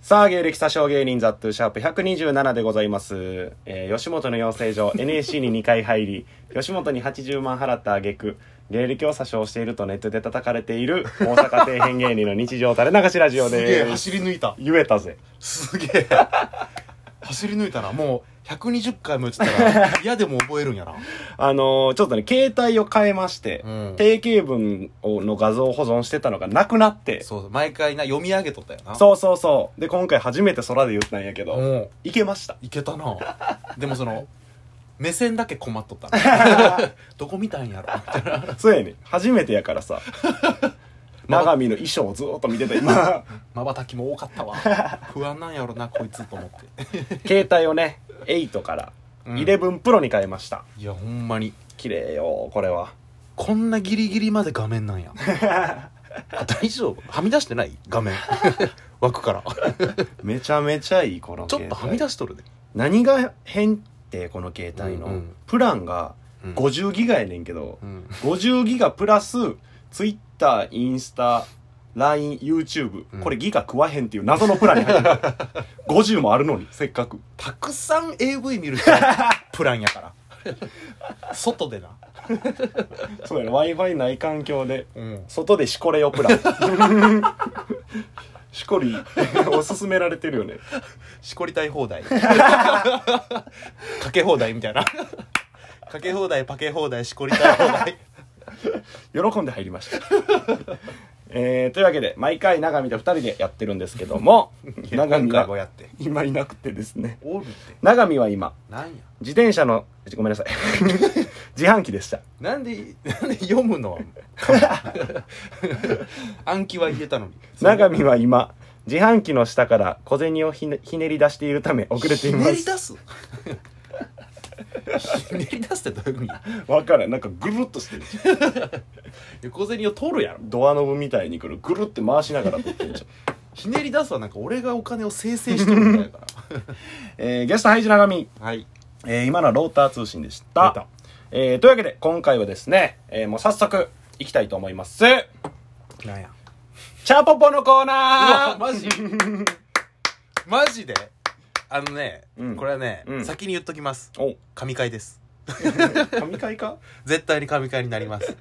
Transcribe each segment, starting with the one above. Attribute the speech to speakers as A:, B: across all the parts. A: さあ、芸歴詐称芸人ザットゥーシャープ127でございます。えー吉本の養成所 NAC に2回入り、 吉本に80万払った挙句、芸歴を詐称しているとネットで叩かれている大阪底辺芸人の日常垂れ流しラジオ
B: すげえ
A: で
B: 走
A: す。
B: り抜いた
A: 言えたぜ。
B: すげえ 走り抜いたなもう120回も言ってた ら嫌でも覚えるんやな
A: あのーちょっとね、携帯を変えまして、
B: うん
A: 定型文をの画像を保存してたのがなくなって、
B: そうそう毎回な読み上げとったよな
A: そうそうそう。で、今回初めて空で言ったんやけど、
B: も
A: いけました。
B: ういけたなでもその目線だけ困っとった などこ見たんやろみたい な
A: そうやねん初めてやから さ。長見の衣装をずーっと見てた今。
B: まばたきも多かったわ不安なんやろなこいつと思って
A: 携帯をね8から
B: うん
A: 11プロに変えました、
B: いやほんまに
A: 綺麗よこれは
B: こんなギリギリまで画面 なんやあ大丈夫はみ出してない画 面枠から
A: めちゃめちゃいいこの
B: ちょっとはみ出しとるで
A: 何が変ってこの携帯の、
B: うんうん
A: プランが
B: うん
A: 50ギガやねんけど、
B: うん
A: 50ギガプラス Twitter インスタ LINEYouTube、
B: うん
A: これギガ食わへんっていう謎のプランに入 ってる50もあるのにせっかく
B: たくさん AV 見る 人のプランやから 外でな、
A: そうやね w i f i ない環境で
B: うん、
A: 外でしこれよプラン しこり おすすめられてるよね
B: しこりたい放題 かけ放題みたいなかけ放題パケ放題しこりたい放 題
A: 喜んで入りま したえー、というわけで毎回永見と2人でやってるんですけど も永見
B: 今回も
A: が
B: やって
A: 今いなくてですね
B: おるって
A: 永見は今
B: なんや
A: 自転車のごめんなさい 自販機でした
B: なんでなんで読む のは暗記は入れたのに
A: 永見は今自販機の下から小銭をひねひねり出しているため遅れていま
B: ひねり
A: す
B: 出すひねり出すってどういう意味
A: わからんなんかぐるっとしてる
B: 横銭を取るやろ
A: ドアノブみたいにくるぐるって回しながら撮ってんじゃん、
B: ひねり出すはなんか俺がお金を生成してるみたいだか
A: えー、ゲストハイジ永見、
B: らはい
A: えー、今のはローター通信でした
B: 出た
A: えー、というわけで今回はですね、えー、もう早速いきたいと思います
B: なんや
A: チャポポのコー
B: あ
A: ナー
B: マジ マジであのね、
A: うん
B: これはね、
A: うん
B: 先に言っときます
A: お
B: 神回です
A: 神回か
B: 絶対に神回になります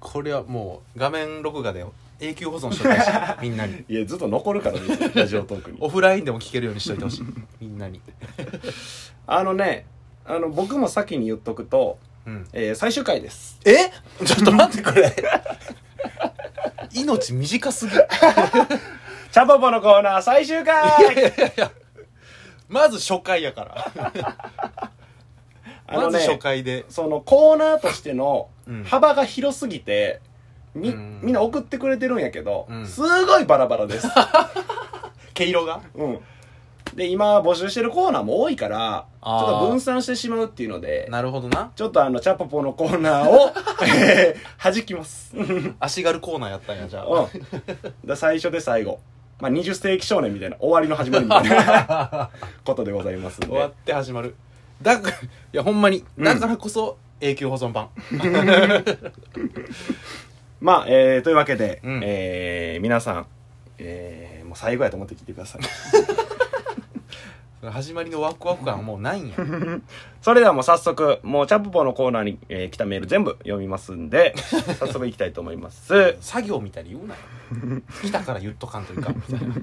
B: これはもう画面録画で永久保存しとい てほしいみんなに
A: いや、ずっと残るからね、ラジオトークに。
B: オフラインでも聞けるようにしといてほしいみんなに
A: あのね、あの、僕も先に言っとくと、
B: うん
A: えー最終回です。
B: えちょっと待ってくれ命短すぎ
A: チャポポのコーナー最終回
B: まず初回やから、
A: あ
B: ま
A: の
B: ず
A: ね
B: 初、回で
A: そのコーナーとしての
B: うん
A: 幅が広すぎて、み、
B: うん
A: みんな送ってくれてるんやけど、
B: うん
A: すごいバラバラです。
B: 毛色が
A: うん。で、今募集してるコーナーも多いから、ちょ
B: あー
A: っと分散してしまうっていうので、
B: なるほどな
A: ちょっとあの、チャポポのコーナー を、えー弾きます。
B: 足軽コーナーやったんやじゃあ
A: うん。だ最初で最後。まあ、20世紀少年みたいな、終わりの始まりみたいな ことでございますん
B: 終
A: で
B: わっ。て始まるだからいやほんまに
A: ん
B: だからこそ永久保存版
A: まあ、えー、というわけで、
B: うん
A: えー、皆さん、えー、もう最後やと思って聞いてください。
B: 始まりのワクワク感はもうないんや
A: それではもう早速、もうチャプポのコーナーに、えー来たメール全部読みますんで、早速いきたいと思います。
B: 作業みたいに言うなよ来たから言っとかんといかんみたいな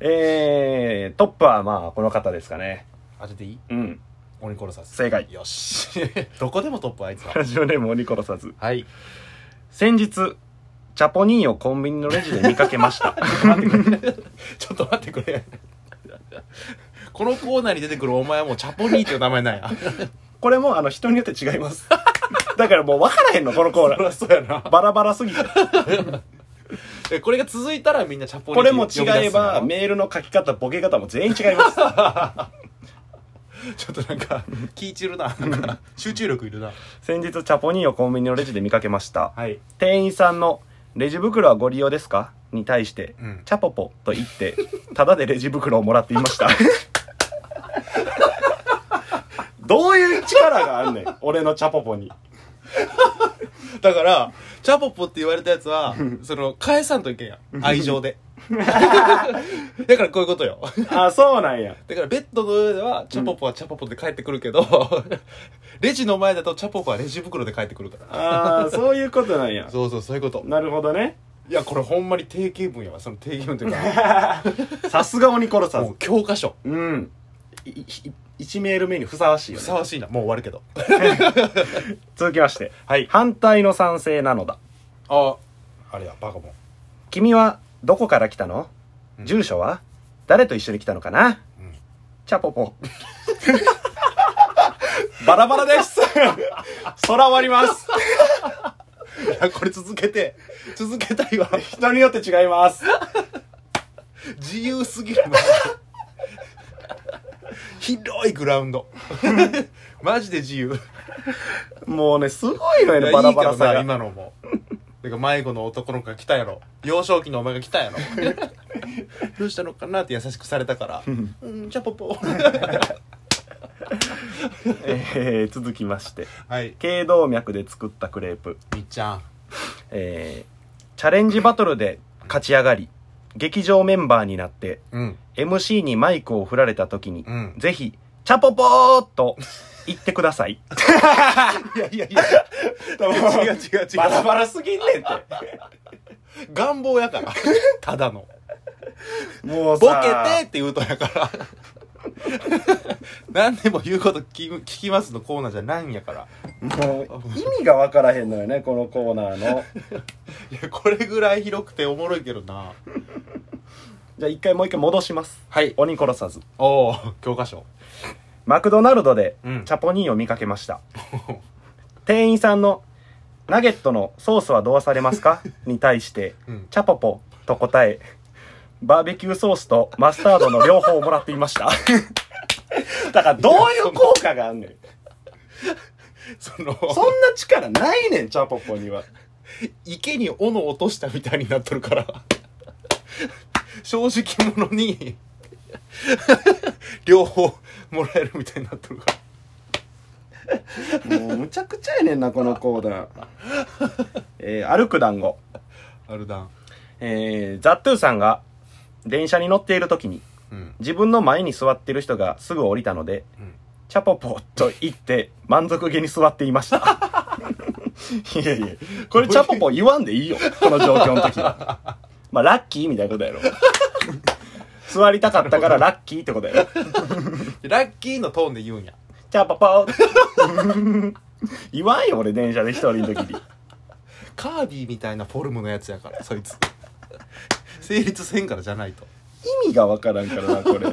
A: えー、トップはまあ、この方ですかね。
B: 当てていい
A: うん。
B: 鬼殺さず
A: 正解
B: よし どこでもトップあいつは
A: ラジオネーム鬼殺さず。
B: はい
A: 先日、チャポニーをコンビニのレジで見かけま した。
B: ちょっと待ってくれこのコーナーに出てくるお前はもうチャポニーっていう名前なんや
A: これもあの人によって違います。だからもう分からへんの、このコ ーナー。
B: そうやな
A: バラバラすぎて。
B: えこれが続いたらみんなチャポニー
A: これも
B: って呼び出
A: 違え
B: すんやろ
A: ば、メールの書き方、ボケ方も全員違い ます。
B: ちょっとなんか気い散るななんか集中力いるな
A: 先日、チャポニーをコンビニのレジで見かけました。
B: はい
A: 店員さんの、レジ袋はご利用ですかに対して、
B: うん
A: チャポポと言って、ただでレジ袋をもらっていま した。どういう力があんねん、俺のチャポポに。
B: だから、チャポポって言われたやつは、その、返さんといけんやん。愛情で。だからこういうことよ
A: あそうなんや
B: だからベッドの上ではチャポポはチャポポで帰ってくるけど、レジの前だとチャポポはレジ袋で帰ってくるから
A: ああそういうことなんや
B: そうそうそういうこと
A: なるほどね
B: いやこれほんまに定型文やわその定型文というか
A: さすが鬼殺さ
B: もう
A: ず
B: 教科書
A: うん1メール目にふさわしいよ
B: ふ
A: ね
B: さわしいなもう終わるけど
A: 続きまして
B: はい
A: 反対の賛成なのだ
B: ああれやバカボン
A: 君はどこから来たの、
B: うん
A: 住所は誰と一緒に来たのかな、
B: うん
A: チャポポ
B: バラバラです
A: 空割ります
B: いやこれ続けて続けたいわ
A: 人によって違います
B: 自由すぎる マジで広いグラウンド マジで自由
A: もうねすごいのよ
B: いや
A: ね
B: い
A: バラ
B: い
A: バ
B: け
A: ラ
B: ど
A: さ
B: さ
A: が
B: 今のもだから迷子の男の子が来たやろ幼少期のお前が来 たやろどうしたのかなって優しくされたから「うんじゃあポポ」
A: えー続きまして
B: はい
A: 頸動脈で作ったクレープ、
B: みっちゃん
A: えーチャレンジバトルで勝ち上がり劇場メンバーになって
B: うん、
A: MC にマイクを振られた時に、
B: うん、
A: ぜひ「チャポポー!」と言ってくだ さい
B: いやいやいや違う違う違う
A: バラバラすぎんねんって
B: 願望やから ただの
A: もう
B: ボケ
A: さ
B: てって言うとやから 何でも言うこと聞聞きますのコーナーじゃないんやから
A: もう意味が分からへんのよねこのコーナーの
B: いやこれぐらい広くておもろいけどな
A: じゃあ一回もう一回戻します
B: はい
A: 鬼殺さず
B: おお教科書
A: マクドナルドでチ
B: うん
A: ャポニーを見かけました、店員さんの「ナゲットのソースはどうされます か?」に対して
B: うん
A: 「チャポポ」と答えバーベキューソースとマスタードの両方をもらっていました だからどういう効果があんねん
B: その
A: そんな力ないねんチャポポには
B: 池に斧を落としたみたいになっとるから正直者 に両方もらえるみたいになっとるから
A: もうむちゃくちゃやねんなこのコーナー、えー歩く団子
B: アルダン
A: えー、ザ・トゥーさんが電車に乗っている時に
B: うん
A: 自分の前に座っている人がすぐ降りたので
B: うん
A: 「チャポポ」と言って満足げに座っていました いやいやこれチャポポ言わんでいいよこの状況の時はまあラッキーみたいなことやろ座りたかったからラッキーってことやろ
B: ラッキーのトーンで言うんや
A: チャポポ言わんよ俺電車で一人の時に
B: カービィみたいなフォルムのやつやからそいつ成立せんからじゃないと
A: 意味がわからんからなこれ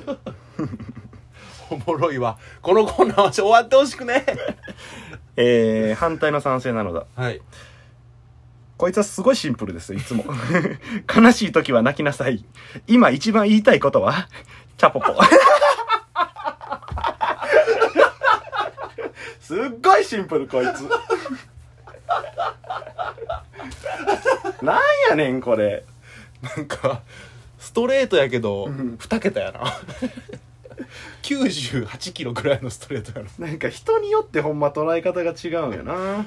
B: おもろいわこのコーナーは終わってほしくね
A: えー、反対の賛成なのだ
B: はい
A: こいつはすごいシンプルです、いつも。 悲しい時は泣きなさい。今一番言いたいことは、チャポ ポ。すっごいシンプル、こいつ。なんやねん、これ。
B: なんかストレートやけど、二桁やな98キロぐらいのストレートやな
A: なんか人によってほんま捉え方が違うんや な。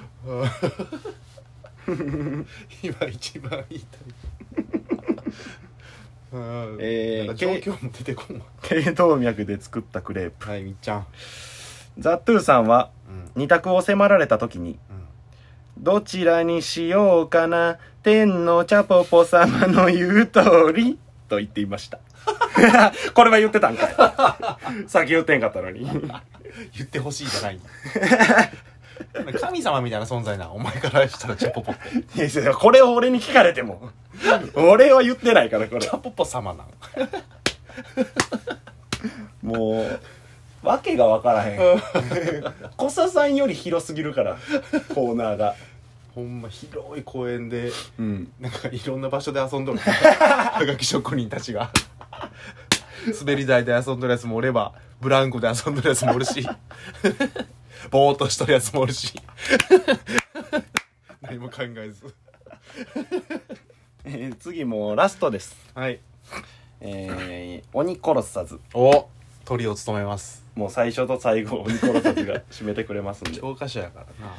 B: 今一番言いたいうん
A: えー
B: なんか状況も出てこんわ
A: 頸動脈で作ったクレープ。
B: はいみっちゃん
A: ザ・トゥーさんは、
B: うん
A: 二択を迫られた時に、
B: うん
A: どちらにしようかな天のチャポポ様の言う通りと言っていました これは言ってたんかい先言ってんかったのに
B: 言ってほしいじゃないの神様みたいな存在なお前からしたらチャポポって
A: いやいやこれを俺に聞かれても俺は言ってないからこ
B: チ
A: れ
B: ャポポ様なん
A: もうわけがわからへん小佐さんより広すぎるからコーナーが
B: ほんま広い公園で
A: うん
B: なんかいろんな場所で遊んど るはがき職人たちが滑り台で遊んどるやつもおればブランコで遊んどるやつもおる しぼーっとしとるやつもおるし 何も考えず
A: えー次もうラストです
B: はい
A: えー鬼殺さず
B: お鳥を務めます
A: もう最初と最後を鬼殺さずが締めてくれますんで
B: 教科書やからな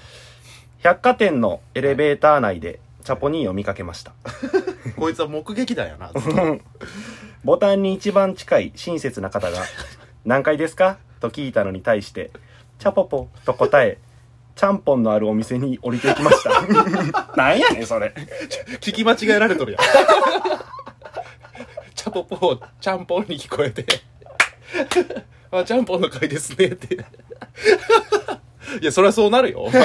A: 百貨店のエレベーター内でチャポニーを見かけました
B: こいつは目撃談やなずっと
A: ボタンに一番近い親切な方が「何階ですか?」と聞いたのに対して「チャポポ」と答えちゃんぽんのあるお店に降りていきました なんやねんそれ
B: 聞き間違えられとるやん チャポポちゃんぽんに聞こえてあちゃんぽんの回ですねっていやそりゃそうなるよお前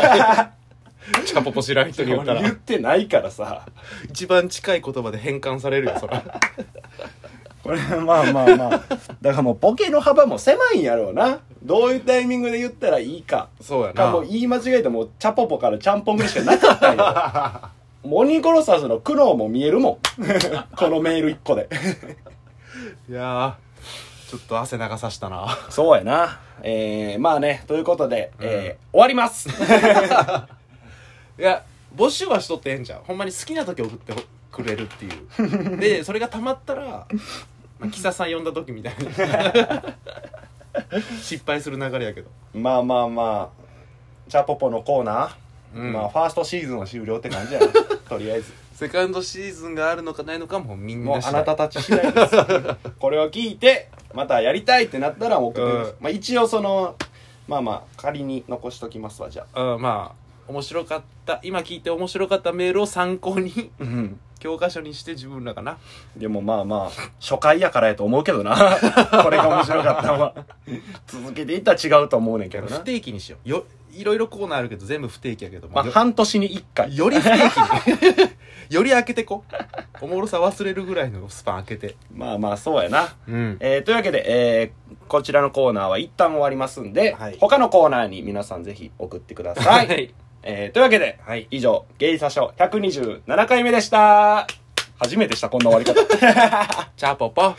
B: チャポポ知らん人に言った
A: 言っ
B: ら
A: てないからさ
B: 一番近い言葉で変換されるよそら
A: これまあまあまあだからもうボケの幅も狭いんやろうなどういうタイミングで言ったらいいか
B: そうやな
A: かもう言い間違えてもうチャポポからちゃんぽんぐらいしかなかったんよ モニコロサーズの苦悩も見えるもん このメール一個で
B: いやーちょっと汗流さしたな
A: そうやなえー、まあねということで、えー終わります
B: いや募集はしとってええんじゃんほんまに好きな時送ってくれるって いうでそれがたまったら、まあ、キサさん呼んだ時みたい な失敗する流れやけど
A: まあまあまあチャポポのコーナー、
B: うん
A: まあファーストシーズンは終了って感じや なとりあえず
B: セカンドシーズンがあるのかないのかもみん
A: もう
B: な
A: あ
B: 次第
A: なたたち次第です これを聞いてまたやりたいってなったら送ってください
B: うん
A: まあ一応そのまあまあ仮に残しときますわじゃあ
B: うんまあ面白かった今聞いて面白かったメールを参考に
A: うん
B: 教科書にして自分らかな
A: でもまあまあ初回やからやと思うけ どなこれが面白かったわ続けていったら違うと思うねんけど
B: 不
A: な
B: 定期にしようよいろいろコーナーあるけど全部不定期やけども、
A: まあ
B: よ
A: 半年に1回
B: より不定期に より開けてこおもろさ忘れるぐらいのスパン開けて
A: まあまあそうやな
B: うん
A: えーというわけで、えーこちらのコーナーは一旦終わりますんで、
B: はい
A: 他のコーナーに皆さんぜひ送ってくだ
B: は
A: さい、
B: い
A: えーというわけで、
B: はい
A: 以上ゲイサショ127回目でした初めてしたこんな終わり方
B: チャポポ